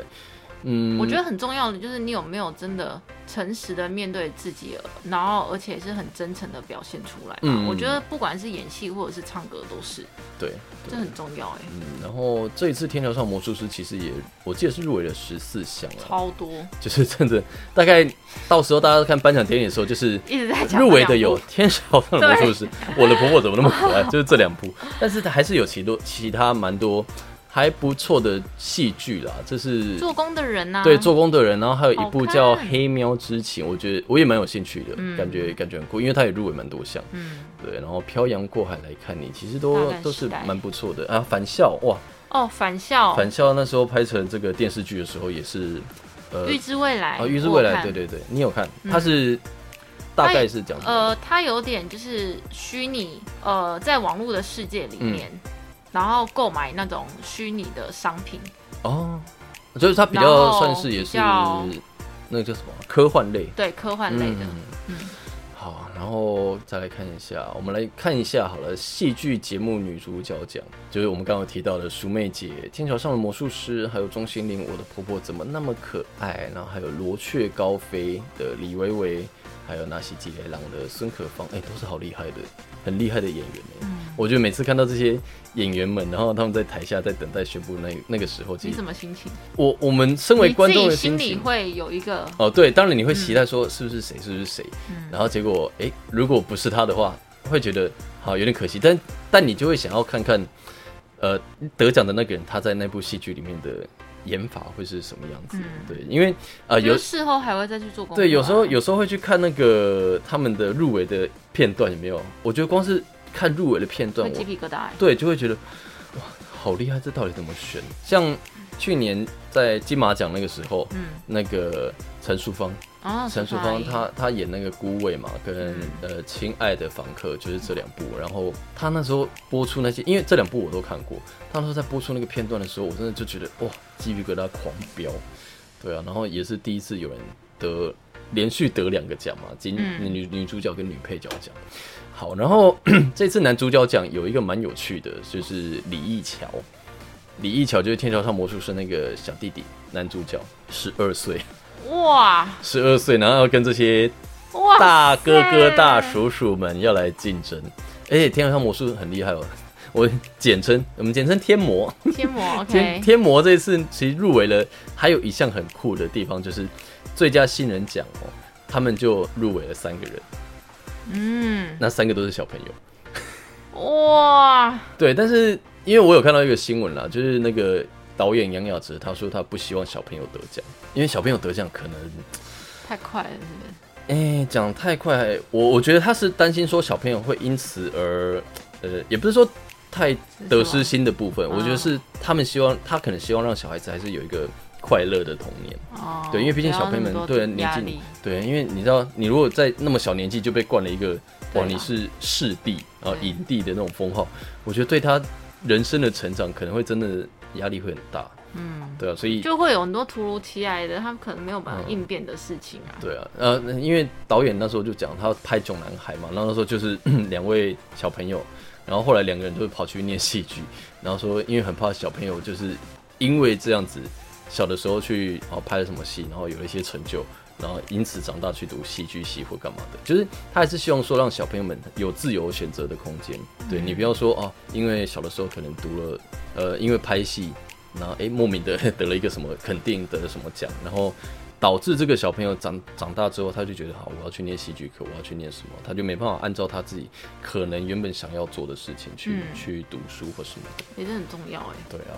[SPEAKER 2] 嗯，
[SPEAKER 1] 我觉得很重要的就是你有没有真的诚实的面对自己，然后而且是很真诚的表现出来吧。
[SPEAKER 2] 嗯
[SPEAKER 1] 我觉得不管是演戏或者是唱歌都是，
[SPEAKER 2] 对，
[SPEAKER 1] 这很重要哎、
[SPEAKER 2] 嗯，然后这一次《天桥上魔术师》其实也，我记得是入围了十四项了，
[SPEAKER 1] 超多，
[SPEAKER 2] 就是真的，大概到时候大家看颁奖典礼的时候，就是
[SPEAKER 1] 一直在讲
[SPEAKER 2] 入围的
[SPEAKER 1] 这两
[SPEAKER 2] 有
[SPEAKER 1] 部
[SPEAKER 2] 《天桥上的魔术师》，我的婆婆怎么那么 可爱？就是这两部，但是还是有其多其他蛮多还不错的戏剧啦，这是
[SPEAKER 1] 做工的人啊呐、
[SPEAKER 2] 对做工的人，然后还有一部叫
[SPEAKER 1] 好
[SPEAKER 2] 《
[SPEAKER 1] 看
[SPEAKER 2] 黑喵之情》，我觉得我也蛮有兴趣的，
[SPEAKER 1] 嗯
[SPEAKER 2] 感觉感觉很酷，因为它也入围蛮多项，
[SPEAKER 1] 嗯
[SPEAKER 2] 对，然后漂洋过海来看你，其实都
[SPEAKER 1] 大胆
[SPEAKER 2] 都是
[SPEAKER 1] 时代
[SPEAKER 2] 蛮不错的啊。返校哇，
[SPEAKER 1] 哦，返校，
[SPEAKER 2] 返校那时候拍成这个电视剧的时候也是，呃，
[SPEAKER 1] 预知未来，
[SPEAKER 2] 啊，预知未
[SPEAKER 1] 我有
[SPEAKER 2] 来，
[SPEAKER 1] 看
[SPEAKER 2] 对。对对，你有看，它是大概是讲什么？
[SPEAKER 1] 呃，它有点就是虚拟，呃，在网络的世界里面，
[SPEAKER 2] 嗯
[SPEAKER 1] 然后购买那种虚拟的商品，
[SPEAKER 2] 哦，就是它比
[SPEAKER 1] 然
[SPEAKER 2] 较
[SPEAKER 1] 后
[SPEAKER 2] 算是也
[SPEAKER 1] 比
[SPEAKER 2] 是
[SPEAKER 1] 较
[SPEAKER 2] 那个叫什么科幻类
[SPEAKER 1] 对科幻类的。
[SPEAKER 2] 嗯
[SPEAKER 1] 嗯
[SPEAKER 2] 好，然后再来看一下，我们来看一下好了，戏剧节目女主角奖，就是我们刚刚有提到的淑妹姐、天桥上的魔术师，还有钟欣凌，我的婆婆怎么那么可爱，然后还有罗雀高飞的李维维，还有纳西吉雷朗的孙可芳，哎、都是好厉害的，很厉害的演员哎、我觉得每次看到这些演员们，然后他们在台下在等待宣布那那个时候，其
[SPEAKER 1] 你
[SPEAKER 2] 实
[SPEAKER 1] 什么心情？
[SPEAKER 2] 我我们身嗯为
[SPEAKER 1] 你
[SPEAKER 2] 观
[SPEAKER 1] 自
[SPEAKER 2] 众
[SPEAKER 1] 己
[SPEAKER 2] 的
[SPEAKER 1] 心里
[SPEAKER 2] 情
[SPEAKER 1] 会嗯有一个
[SPEAKER 2] 哦，对，当然你会期待说是不是谁，是不是谁，
[SPEAKER 1] 嗯
[SPEAKER 2] 然后结果诶，如果不是他的话，会觉得好有点可惜，但但你就会想要看看，呃，得奖的那个人他在那部戏剧里面的演法会是什么样子，
[SPEAKER 1] 嗯
[SPEAKER 2] 对，因为呃
[SPEAKER 1] 就
[SPEAKER 2] 有
[SPEAKER 1] 是事后还会再去做功课啊。
[SPEAKER 2] 对有时候有时候会去看那个他们的入围的片段有没有，我觉得光是看入围的片段，
[SPEAKER 1] 会
[SPEAKER 2] 我
[SPEAKER 1] 鸡皮疙瘩欸。
[SPEAKER 2] 对，就会觉得哇，好厉害！这到底怎么选？像去年在金马奖那个时候，
[SPEAKER 1] 嗯，
[SPEAKER 2] 那个陈淑芳，
[SPEAKER 1] 哦，
[SPEAKER 2] 陈淑
[SPEAKER 1] 是
[SPEAKER 2] 芳
[SPEAKER 1] 吧
[SPEAKER 2] 她她演那个孤味嘛，跟、
[SPEAKER 1] 嗯
[SPEAKER 2] 呃《亲爱的房客》就是这两部。然后她那时候播出那些，因为这两部我都看过，她那时候在播出那个片段的时候，我真的就觉得哇，鸡皮疙瘩狂飙。对啊，然后也是第一次有人得连续得两个奖嘛，金、
[SPEAKER 1] 嗯
[SPEAKER 2] 女女主角跟女配角奖。好，然后 这次男主角奖有一个蛮有趣的，就是李易桥。李易桥就是《天桥上魔术师》那个小弟弟，男主角十二岁，
[SPEAKER 1] 哇
[SPEAKER 2] 十二岁，然后要跟这些
[SPEAKER 1] 哇
[SPEAKER 2] 大哥哥、
[SPEAKER 1] 塞
[SPEAKER 2] 大叔叔们要来竞争。而且天啊上魔术很厉害哦，我简称我们简称天魔。
[SPEAKER 1] 天魔
[SPEAKER 2] 天
[SPEAKER 1] ，OK，
[SPEAKER 2] 天魔这次其实入围了，还有一项很酷的地方就是最佳新人奖哦，他们就入围了三个人，
[SPEAKER 1] 嗯，
[SPEAKER 2] 那三个都是小朋友。
[SPEAKER 1] 哇，
[SPEAKER 2] 对，但是因为我有看到一个新闻啦，就是那个导演杨雅哲他说他不希望小朋友得奖，因为小朋友得奖可能
[SPEAKER 1] 太快了，是不是？
[SPEAKER 2] 哎、讲太快，我我觉得他是担心说小朋友会因此而，呃，也不是说太得失心的部分，
[SPEAKER 1] 吗
[SPEAKER 2] 我觉得是他们希望他可能希望让小孩子还是有一个快乐的童年。
[SPEAKER 1] 哦，
[SPEAKER 2] 对，因为毕竟
[SPEAKER 1] 不要
[SPEAKER 2] 小朋友
[SPEAKER 1] 那么
[SPEAKER 2] 们
[SPEAKER 1] 多
[SPEAKER 2] 对年
[SPEAKER 1] 压
[SPEAKER 2] 纪
[SPEAKER 1] 力，
[SPEAKER 2] 对，因为你知道，你如果在那么小年纪就被冠了一个
[SPEAKER 1] 对
[SPEAKER 2] 哇，
[SPEAKER 1] 啊
[SPEAKER 2] 你是视帝啊
[SPEAKER 1] 对
[SPEAKER 2] 影帝的那种封号，我觉得对他人生的成长可能会真的压力会很大。
[SPEAKER 1] 嗯，
[SPEAKER 2] 对啊，所以
[SPEAKER 1] 就会有很多突如其来的，他们可能没有办法
[SPEAKER 2] 嗯
[SPEAKER 1] 应变的事情啊。
[SPEAKER 2] 对啊，呃，因为导演那时候就讲他要拍《囧男孩》嘛，然后那时候就是 两位小朋友，然后后来两个人就跑去念戏剧，然后说因为很怕小朋友就是因为这样子小的时候去哦拍了什么戏，然后有了一些成就，然后因此长大去读戏剧系或干嘛的，就是他还是希望说让小朋友们有自由选择的空间。对你不要说哦，因为小的时候可能读了呃，因为拍戏，然后诶莫名的 得了一个什么肯定得了什么奖，然后导致这个小朋友长长大之后，他就觉得好，我要去念戏剧课，我要去念什么，他就没办法按照他自己可能原本想要做的事情去、
[SPEAKER 1] 嗯
[SPEAKER 2] 去读书或什么的。
[SPEAKER 1] 也是很重要哎、
[SPEAKER 2] 对啊，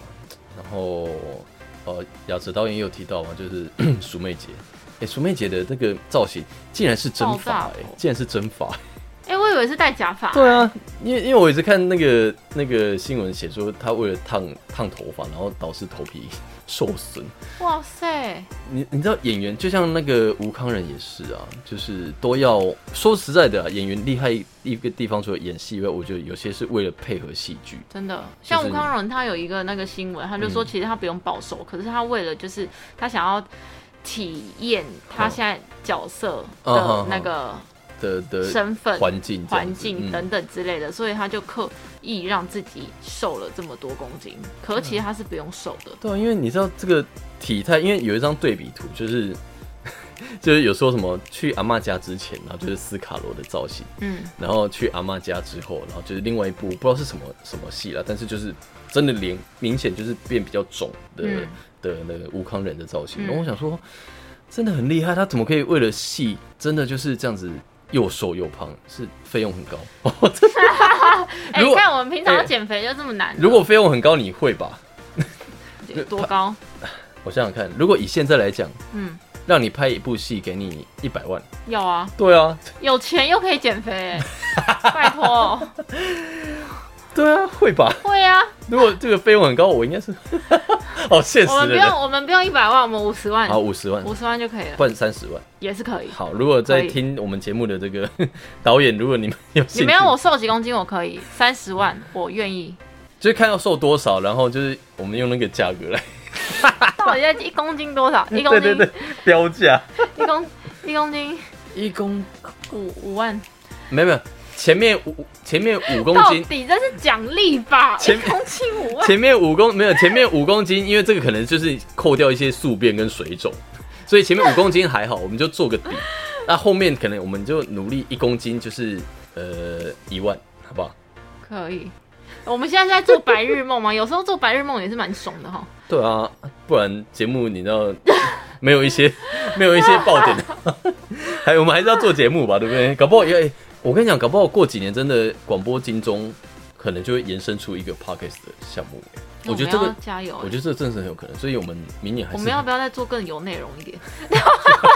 [SPEAKER 2] 然后呃，雅子导演也有提到嘛，就是 鼠妹姐，哎、鼠妹姐的那个造型竟然是真
[SPEAKER 1] 爆炸
[SPEAKER 2] 发、
[SPEAKER 1] 头
[SPEAKER 2] 诶竟然是真发、
[SPEAKER 1] 哎、我以为是戴假发、
[SPEAKER 2] 对啊，因为因为我也是看那个那个新闻写说，他为了烫烫头发，然后导致头皮受损。
[SPEAKER 1] 哇塞，
[SPEAKER 2] 你你知道演员就像那个吴康仁也是啊，就是都要说实在的、啊，演员厉害一个地方，除了演戏以外，我觉得有些是为了配合戏剧。
[SPEAKER 1] 真的，像
[SPEAKER 2] 就
[SPEAKER 1] 吴
[SPEAKER 2] 是嗯
[SPEAKER 1] 康仁他有一个那个新闻，他就说其实他不用保守，可是他为了就是他想要体验他现在角色的那个
[SPEAKER 2] 的的
[SPEAKER 1] 身份、
[SPEAKER 2] 嗯环境这样子
[SPEAKER 1] 环境
[SPEAKER 2] 嗯
[SPEAKER 1] 等等之类的，所以他就刻意让自己瘦了这么多公斤，可是其实他是不用瘦的。
[SPEAKER 2] 对啊，因为你知道这个体态，因为有一张对比图，就是 就是有说什么去阿嬷家之前，然后就是斯卡罗的造型，
[SPEAKER 1] 嗯，
[SPEAKER 2] 然后去阿嬷家之后，然后就是另外一部不知道是什么什么戏了，但是就是真的脸明显就是变比较肿的、
[SPEAKER 1] 嗯
[SPEAKER 2] 的那个吴康仁的造
[SPEAKER 1] 嗯
[SPEAKER 2] 型，然后我想说，真的很厉害，他怎么可以为了戏真的就是这样子又瘦又胖，是费用很高。
[SPEAKER 1] 哎、
[SPEAKER 2] 如果
[SPEAKER 1] 看我们平常
[SPEAKER 2] 哎
[SPEAKER 1] 减肥就这么难了，
[SPEAKER 2] 如果费用很高，你会吧？
[SPEAKER 1] 多高？
[SPEAKER 2] 我想想看，如果以现在来讲，
[SPEAKER 1] 嗯，
[SPEAKER 2] 让你拍一部戏给你一百万，
[SPEAKER 1] 要啊，
[SPEAKER 2] 对啊，
[SPEAKER 1] 有钱又可以减肥、 哎拜托，
[SPEAKER 2] 对啊，会吧？
[SPEAKER 1] 会 啊。
[SPEAKER 2] 如果这个费用很高，我应该是 好现
[SPEAKER 1] 我
[SPEAKER 2] 实
[SPEAKER 1] 们
[SPEAKER 2] 的
[SPEAKER 1] 不
[SPEAKER 2] 人
[SPEAKER 1] 用，。我们不用一百万，我们五十万，
[SPEAKER 2] 好，五十万，
[SPEAKER 1] 五十万就可以了，
[SPEAKER 2] 换三十万。
[SPEAKER 1] 也是可以。
[SPEAKER 2] 好，如果在
[SPEAKER 1] 可以
[SPEAKER 2] 听我们节目的这个 导演，如果你们有兴趣，
[SPEAKER 1] 你们要我瘦几公斤，我可以，三十万我愿 意。
[SPEAKER 2] 就是看要瘦多少，然后就是我们用那个价格来，
[SPEAKER 1] 到底在一公斤多少？ 一公
[SPEAKER 2] 对
[SPEAKER 1] 斤，
[SPEAKER 2] 对对，标价
[SPEAKER 1] 一公一公斤
[SPEAKER 2] 一公，
[SPEAKER 1] 五五万，
[SPEAKER 2] 没有没有，前面五前面五公
[SPEAKER 1] 到
[SPEAKER 2] 斤，
[SPEAKER 1] 底这是奖励吧？
[SPEAKER 2] 前
[SPEAKER 1] 一公斤五万，
[SPEAKER 2] 前面五公没有前面五公斤，因为这个可能就是扣掉一些宿便跟水肿，所以前面五公斤还好，我们就做个底，那后面可能我们就努力一公斤就是呃一万，好不好？
[SPEAKER 1] 可以。我们现在在做白日梦嘛，有时候做白日梦也是蛮爽的哈。
[SPEAKER 2] 对啊，不然节目你知 道没有一些没有一些爆 点，还我们还是要做节目吧，对不对？搞不好也、哎我跟你讲，搞不好过几年真的广播金钟可能就会延伸出一个 podcast 的项目。
[SPEAKER 1] 那
[SPEAKER 2] 我觉得这
[SPEAKER 1] 们
[SPEAKER 2] 个
[SPEAKER 1] 要，加油欸
[SPEAKER 2] 我，觉得这真的是很有可能，所以我们明年还
[SPEAKER 1] 我
[SPEAKER 2] 是
[SPEAKER 1] 们要不要再做更有内容一点？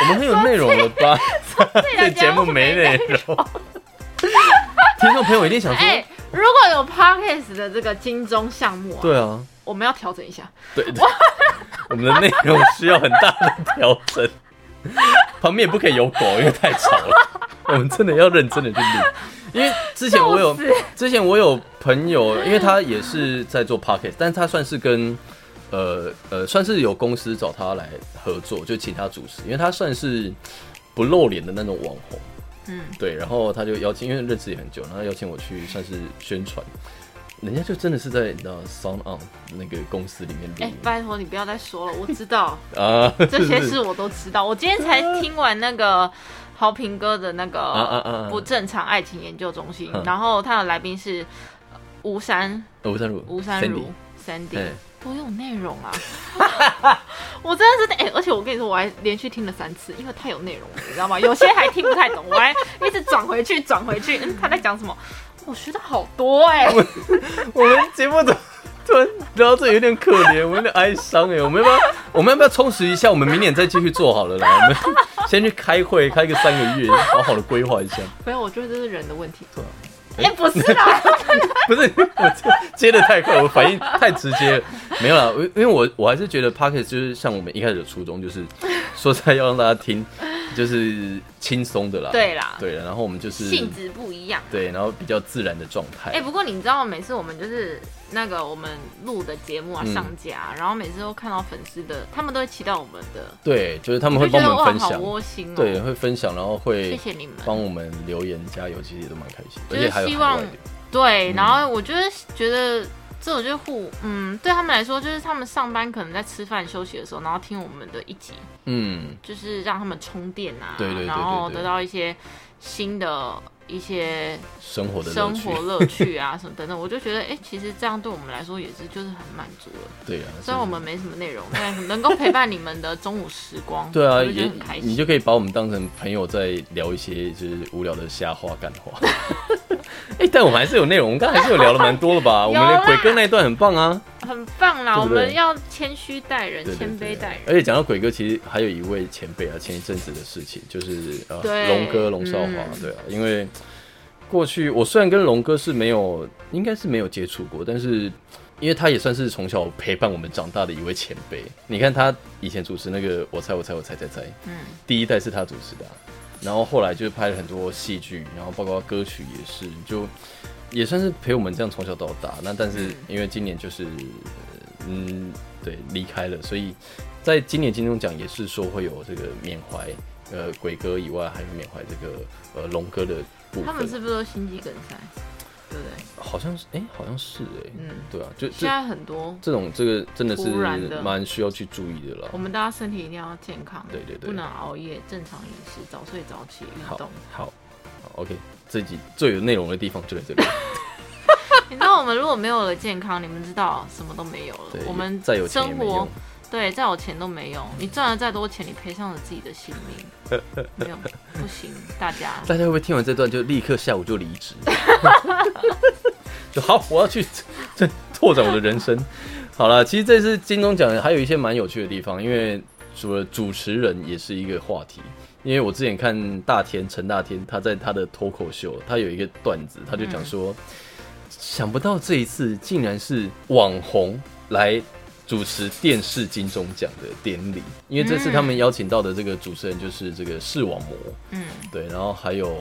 [SPEAKER 2] 我们很有内容了吧？
[SPEAKER 1] 啊
[SPEAKER 2] 这啊节目没内容， 听众朋友一定想说，
[SPEAKER 1] 哎、如果有 podcast 的这个金钟项目、啊，
[SPEAKER 2] 对啊，
[SPEAKER 1] 我们要调整一下。
[SPEAKER 2] 对，对 我们的内容需要很大的调整，旁边也不可以有狗，因为太吵 了。我们真的要认真的去录，因为之前我有
[SPEAKER 1] 笑死，
[SPEAKER 2] 之前我有朋友，因为他也是在做 podcast，但是他算是跟呃呃，算是有公司找他来合作，就请他主持，因为他算是不露脸的那种网红。
[SPEAKER 1] 嗯，
[SPEAKER 2] 对，然后他就邀请，因为认识也很久，然后邀请我去算是宣传，人家就真的是在你知道 Sound On 那个公司里面录
[SPEAKER 1] 哎、
[SPEAKER 2] 音
[SPEAKER 1] 拜托你不要再说了，我知道
[SPEAKER 2] 啊，
[SPEAKER 1] 这些
[SPEAKER 2] 是
[SPEAKER 1] 事我都知道。我今天才听完那个豪平哥的那
[SPEAKER 2] 啊啊啊
[SPEAKER 1] 个
[SPEAKER 2] 啊
[SPEAKER 1] 不正常爱情研究中心
[SPEAKER 2] 嗯，
[SPEAKER 1] 然后他的来宾是呃吴山
[SPEAKER 2] 哦吴山如，
[SPEAKER 1] 吴山如 Sandy，
[SPEAKER 2] 嗯
[SPEAKER 1] 多有内容啊！ 我真的是哎、而且我跟你说，我还连续听了三次，因为太有内容了，你知 道吗？有些还听不太懂，我还一直转回去转回去，嗯，他在讲什么？我学的好多哎、
[SPEAKER 2] 我们节目怎么突然聊到这有点可怜，我有点哀伤哎，我们要不要 我们要不要充实一下？我们明年再继续做好了 啦，我们先去开会，开个三个月，好好的规划一下。
[SPEAKER 1] 没有，我觉得这是人的问题。
[SPEAKER 2] 对啊
[SPEAKER 1] 哎、不是啦，
[SPEAKER 2] 不是我接的太快，我反应太直接了。没有啦，因因为我我还是觉得 p o c k e t 就是像我们一开始的初衷，就是说实在要让大家听， 就是轻松的啦。
[SPEAKER 1] 对啦
[SPEAKER 2] 对啦，然后我们就是
[SPEAKER 1] 性质不一样。
[SPEAKER 2] 对，然后比较自然的状态。
[SPEAKER 1] 哎、不过你知道，每次我们就是那个我们录的节目啊上架，
[SPEAKER 2] 嗯
[SPEAKER 1] 然后每次都看到粉丝的，他们都会期待我们的，
[SPEAKER 2] 对，就是他们会
[SPEAKER 1] 就觉
[SPEAKER 2] 帮
[SPEAKER 1] 得
[SPEAKER 2] 我
[SPEAKER 1] 哇，
[SPEAKER 2] 们分
[SPEAKER 1] 好
[SPEAKER 2] 享，
[SPEAKER 1] 窝心哦。
[SPEAKER 2] 对，，会分享，然后会
[SPEAKER 1] 谢谢你们。
[SPEAKER 2] 帮我们留言加油，其实也都蛮开心，
[SPEAKER 1] 就
[SPEAKER 2] 而
[SPEAKER 1] 是
[SPEAKER 2] 且还有
[SPEAKER 1] 希
[SPEAKER 2] 海
[SPEAKER 1] 望
[SPEAKER 2] 外的
[SPEAKER 1] 对，
[SPEAKER 2] 嗯
[SPEAKER 1] 然后我觉得觉得这种就是互，嗯，对他们来说，就是他们上班可能在吃饭休息的时候，然后听我们的一集，
[SPEAKER 2] 嗯，
[SPEAKER 1] 就是让他们充电啊，
[SPEAKER 2] 对对对对
[SPEAKER 1] 然后
[SPEAKER 2] 对
[SPEAKER 1] 得到一些新的一些
[SPEAKER 2] 生活的乐
[SPEAKER 1] 生
[SPEAKER 2] 趣，
[SPEAKER 1] 活乐趣啊什么等等，我就觉得哎、诶其实这样对我们来说也是就是很满足了。
[SPEAKER 2] 对啊，
[SPEAKER 1] 虽然我们没什么内容，但能够陪伴你们的中午时光，
[SPEAKER 2] 对啊，
[SPEAKER 1] 我就觉得
[SPEAKER 2] 也
[SPEAKER 1] 很开
[SPEAKER 2] 你
[SPEAKER 1] 心。
[SPEAKER 2] 就可以把我们当成朋友，在聊一些就是无聊的瞎话、干话。 哎、但我们还是有内容，我们刚才还是有聊了蛮多 了吧？我们连
[SPEAKER 1] 有啦
[SPEAKER 2] 鬼哥那一段很棒啊，
[SPEAKER 1] 很棒啦，
[SPEAKER 2] 对
[SPEAKER 1] 我
[SPEAKER 2] 不对
[SPEAKER 1] 们要谦虚待人
[SPEAKER 2] 对，对哎
[SPEAKER 1] 谦
[SPEAKER 2] 对
[SPEAKER 1] 卑待人。
[SPEAKER 2] 而且讲到鬼哥，其实还有一位前辈啊，前一阵子的事情就是呃，
[SPEAKER 1] 对
[SPEAKER 2] 龙哥龙少华，
[SPEAKER 1] 嗯
[SPEAKER 2] 对啊，因为过去我虽然跟龙哥是没有，应该是没有接触过，但是因为他也算是从小陪伴我们长大的一位前辈。你看他以前主持那个《我猜我猜我猜猜猜》，
[SPEAKER 1] 嗯，
[SPEAKER 2] 第一代是他主持的啊、然后后来就是拍了很多戏剧，然后包括歌曲也是，就也算是陪我们这样从小到大。那但是
[SPEAKER 1] 嗯
[SPEAKER 2] 因为今年就是呃嗯对离开了，所以在今年金钟奖也是说会有这个缅怀呃鬼哥以外，还有缅怀这个呃龙哥的部
[SPEAKER 1] 他们是
[SPEAKER 2] 分，
[SPEAKER 1] 不是都心肌梗塞？对不对？
[SPEAKER 2] 好像是哎、好像是哎、
[SPEAKER 1] 嗯，
[SPEAKER 2] 对啊，就
[SPEAKER 1] 现
[SPEAKER 2] 这
[SPEAKER 1] 在很多，
[SPEAKER 2] 这种这个真的是
[SPEAKER 1] 突然的
[SPEAKER 2] 蛮需要去注意的啦
[SPEAKER 1] 我。们大家身体一定要健康，
[SPEAKER 2] 对对对
[SPEAKER 1] 不能熬夜，正常饮食，早睡早起，运
[SPEAKER 2] 好
[SPEAKER 1] 动。
[SPEAKER 2] 好好，OK，这集最有内容的地方就在这里。
[SPEAKER 1] 你知道我们如果没有了健康，你们知道什么都没有了
[SPEAKER 2] 对，，
[SPEAKER 1] 我们
[SPEAKER 2] 再有钱也
[SPEAKER 1] 生
[SPEAKER 2] 没用
[SPEAKER 1] 活。对再有钱都没用，你赚了再多钱，你赔上了自己的性命， 没有不行，大家
[SPEAKER 2] 大家会不会听完这段就立刻下午就离职？ 就好，我要去这拓展我的人生。好了，其实这次金钟奖还有一些蛮有趣的地方，因为除了主持人也是一个话题。因为我之前看大天陈大天，他在他的脱口秀，他有一个段子，他就讲说，想不到这一次竟然是网红来主持电视金钟奖的典礼，因为这次他们邀请到的这个主持人就是这个视网膜，
[SPEAKER 1] 嗯
[SPEAKER 2] 对，然后还有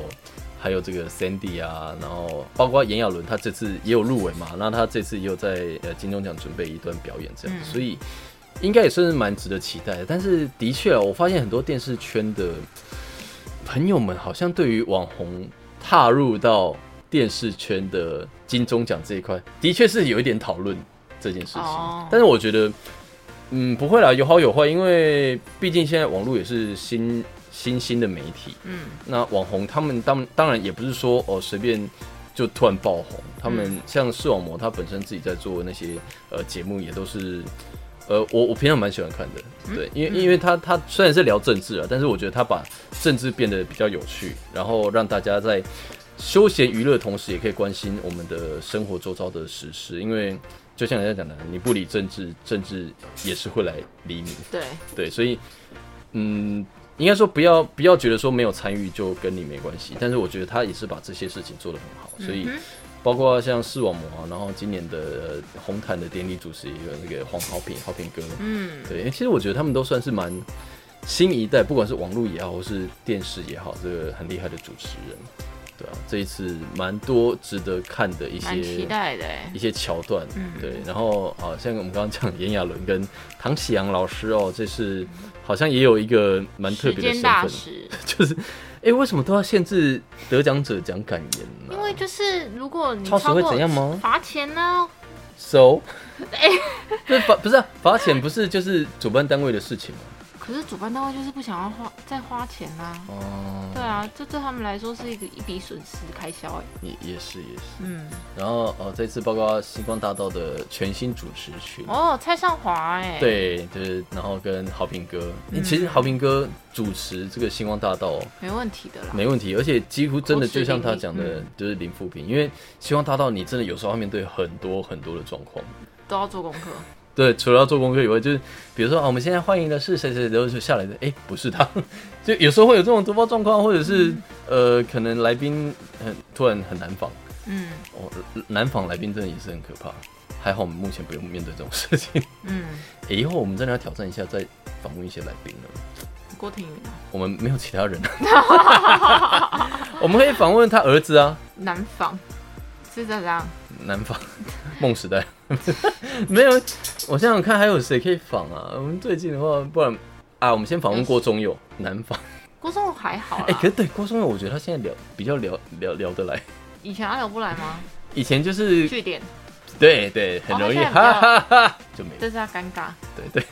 [SPEAKER 2] 还有这个 Sandy 啊，然后包括炎亚纶，他这次也有入围嘛，那他这次也有在呃金钟奖准备一段表演这样，
[SPEAKER 1] 嗯
[SPEAKER 2] 所以应该也算是蛮值得期待的。但是的确啊，我发现很多电视圈的朋友们好像对于网红踏入到电视圈的金钟奖这一块，的确是有一点讨论这件事情。
[SPEAKER 1] 哦
[SPEAKER 2] 但是我觉得，嗯，不会啦，有好有坏，因为毕竟现在网络也是新新兴的媒体，
[SPEAKER 1] 嗯，
[SPEAKER 2] 那网红他们当当然也不是说哦随便就突然爆红，他们像视网膜，他本身自己在做那些呃节目也都是。呃，我我平常蛮喜欢看的，对，因为因为他他虽然是聊政治啊，但是我觉得他把政治变得比较有趣，然后让大家在休闲娱乐的同时，也可以关心我们的生活周遭的时事，因为就像人家讲的，你不理政治，政治也是会来理你。
[SPEAKER 1] 对，
[SPEAKER 2] 对，所以嗯，应该说不要不要觉得说没有参与就跟你没关系，但是我觉得他也是把这些事情做得很好，所
[SPEAKER 1] 嗯
[SPEAKER 2] 以。包括像视网膜啊，然后今年的呃红毯的典礼主持也有那个黄好品好品哥，
[SPEAKER 1] 嗯，
[SPEAKER 2] 对，其实我觉得他们都算是蛮新一代，不管是网络也好，或是电视也好，这个很厉害的主持人，对啊，这一次蛮多值得看的一
[SPEAKER 1] 蛮期
[SPEAKER 2] 些
[SPEAKER 1] 待的哎
[SPEAKER 2] 一。些桥段，
[SPEAKER 1] 嗯
[SPEAKER 2] 对，然后啊，像我们刚刚讲炎亚纶跟唐启阳老师哦，这是好像也有一个蛮特
[SPEAKER 1] 时
[SPEAKER 2] 别的身
[SPEAKER 1] 间大
[SPEAKER 2] 份，
[SPEAKER 1] 使，
[SPEAKER 2] 就是哎、为什么都要限制得奖者讲感言呢、
[SPEAKER 1] 因为就是如果你
[SPEAKER 2] 超
[SPEAKER 1] 超
[SPEAKER 2] 时会
[SPEAKER 1] 过
[SPEAKER 2] 怎样吗
[SPEAKER 1] 罚钱呢？
[SPEAKER 2] so，哎，罚不是啊罚钱不是就是主办单位的事情吗？
[SPEAKER 1] 可是主办单位就是不想要花再花钱啊啦。
[SPEAKER 2] 哦，
[SPEAKER 1] 对啊，这对他们来说是一个一笔损失开销哎。
[SPEAKER 2] 也也是也是，
[SPEAKER 1] 嗯，
[SPEAKER 2] 然后哦，这次包括星光大道的全新主持群。
[SPEAKER 1] 哦，蔡尚华哎，，
[SPEAKER 2] 对，就是然后跟好评哥，
[SPEAKER 1] 嗯
[SPEAKER 2] 其实好评哥主持这个星光大道哦、
[SPEAKER 1] 没问题的啦。
[SPEAKER 2] 没问题，而且几乎真的就像他讲
[SPEAKER 1] 口齿伶
[SPEAKER 2] 的，就是零负评，因为希望大道你真的有时候要面对很多很多的状况。
[SPEAKER 1] 都要做功课。
[SPEAKER 2] 对，除了要做功课以外，就是比如说啊，我们现在欢迎的是谁谁，然后就下来的，哎，不是他， 就有时候会有这种突发状况，或者是、呃，可能来宾很突然很难访，
[SPEAKER 1] 嗯
[SPEAKER 2] 哦，南访来宾真的也是很可怕。还好我们目前不用面对这种事情。
[SPEAKER 1] 嗯，
[SPEAKER 2] 诶以后我们真的要挑战一下，再访问一些来宾了。
[SPEAKER 1] 郭婷云啊，
[SPEAKER 2] 我们没有其他人， 我们可以访问他儿子啊，
[SPEAKER 1] 南方是这样，
[SPEAKER 2] 南访 梦时代， 没有，我想想看还有谁可以访啊？我们最近的话，不然啊，我们先访问郭宗佑，南访。
[SPEAKER 1] 郭松还好啦。
[SPEAKER 2] 哎、可是对郭宗佑，我觉得他现在聊比较聊聊聊得来，
[SPEAKER 1] 以前阿柳不来吗？
[SPEAKER 2] 以前就是
[SPEAKER 1] 据点，
[SPEAKER 2] 对对，很容易，
[SPEAKER 1] 哦他现在比较
[SPEAKER 2] 哈哈哈就没了
[SPEAKER 1] 这是他尴尬，
[SPEAKER 2] 对对。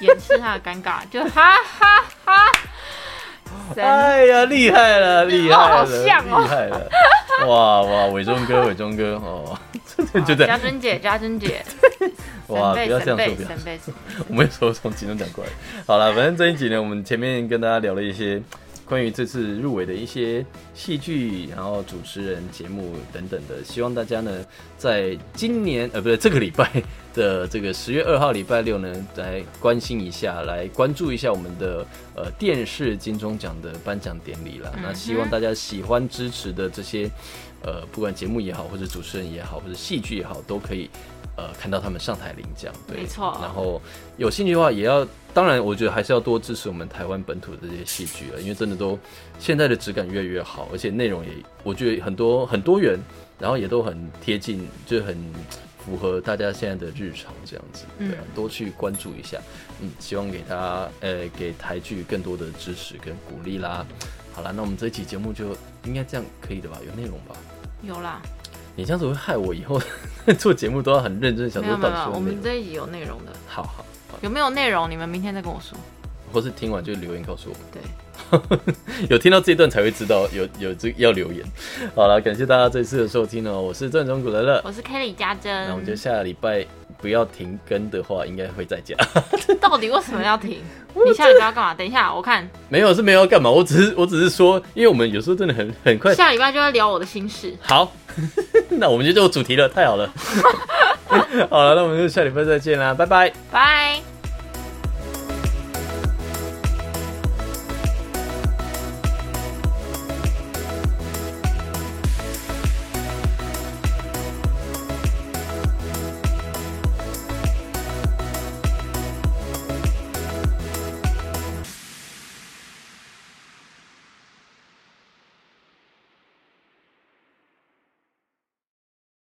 [SPEAKER 1] 掩饰他的尴尬， 就哈哈哈。神
[SPEAKER 2] 哎呀，厉害了，厉害了，
[SPEAKER 1] 好像哦
[SPEAKER 2] 厉害了！哇哇，伟忠哥，伟忠哥，哦， 真的觉
[SPEAKER 1] 家
[SPEAKER 2] 得
[SPEAKER 1] 珍姐，家珍姐，
[SPEAKER 2] 哇，
[SPEAKER 1] 神
[SPEAKER 2] 不
[SPEAKER 1] 贝
[SPEAKER 2] 要这
[SPEAKER 1] 神
[SPEAKER 2] 样说，
[SPEAKER 1] 贝
[SPEAKER 2] 不要
[SPEAKER 1] 神贝，神贝
[SPEAKER 2] 我们有时候从金钟奖过来。好了，反正这一集呢，我们前面跟大家聊了一些关于这次入围的一些戏剧，然后主持人、节目等等的。希望大家呢，在今年呃，不是这个礼拜的这个十月二号礼拜六呢，来关心一下，来关注一下我们的呃电视金钟奖的颁奖典礼
[SPEAKER 1] 嗯
[SPEAKER 2] 啦。那希望大家喜欢支持的这些。呃，不管节目也好，或者主持人也好，或者戏剧也好，都可以呃看到他们上台领奖。对，
[SPEAKER 1] 没错
[SPEAKER 2] 然后有兴趣的话，也要当然，我觉得还是要多支持我们台湾本土的这些戏剧啊了，因为真的都现在的质感越来越好，而且内容也我觉得很多很多元，然后也都很贴近，就是很符合大家现在的日常这样子。
[SPEAKER 1] 嗯
[SPEAKER 2] 对、啊，多去关注一下，嗯，希望给他呃给台剧更多的支持跟鼓励啦。好啦，那我们这一期节目就应该这样可以的吧？有内容吧？
[SPEAKER 1] 有啦，
[SPEAKER 2] 你这样子会害我以后 做节目都要很认真想
[SPEAKER 1] 没
[SPEAKER 2] 说
[SPEAKER 1] 有没
[SPEAKER 2] 到
[SPEAKER 1] 有，没
[SPEAKER 2] 底
[SPEAKER 1] 有我们
[SPEAKER 2] 是有内容。
[SPEAKER 1] 这一集有内容的，
[SPEAKER 2] 好好好，
[SPEAKER 1] 有没有内容？你们明天再跟我说。
[SPEAKER 2] 或是听完就留言告诉我们，
[SPEAKER 1] 对，
[SPEAKER 2] 有听到这一段才会知道有有这要留言。好了，感谢大家这次的收听哦，我是郑总古乐乐，
[SPEAKER 1] 我是 Kelly 家珍
[SPEAKER 2] 那我，们就下礼拜不要停更的话，应该会再讲。
[SPEAKER 1] 到底为什么要停？你下礼拜要干嘛？等一下，我看
[SPEAKER 2] 没有是没有要干嘛，我只是我只是说，因为我们有时候真的很很快。
[SPEAKER 1] 下礼拜就要聊我的心事。
[SPEAKER 2] 好， 那我 们就就主题了，太好了。好了，那我们就下礼拜再见啦，拜拜。
[SPEAKER 1] 拜。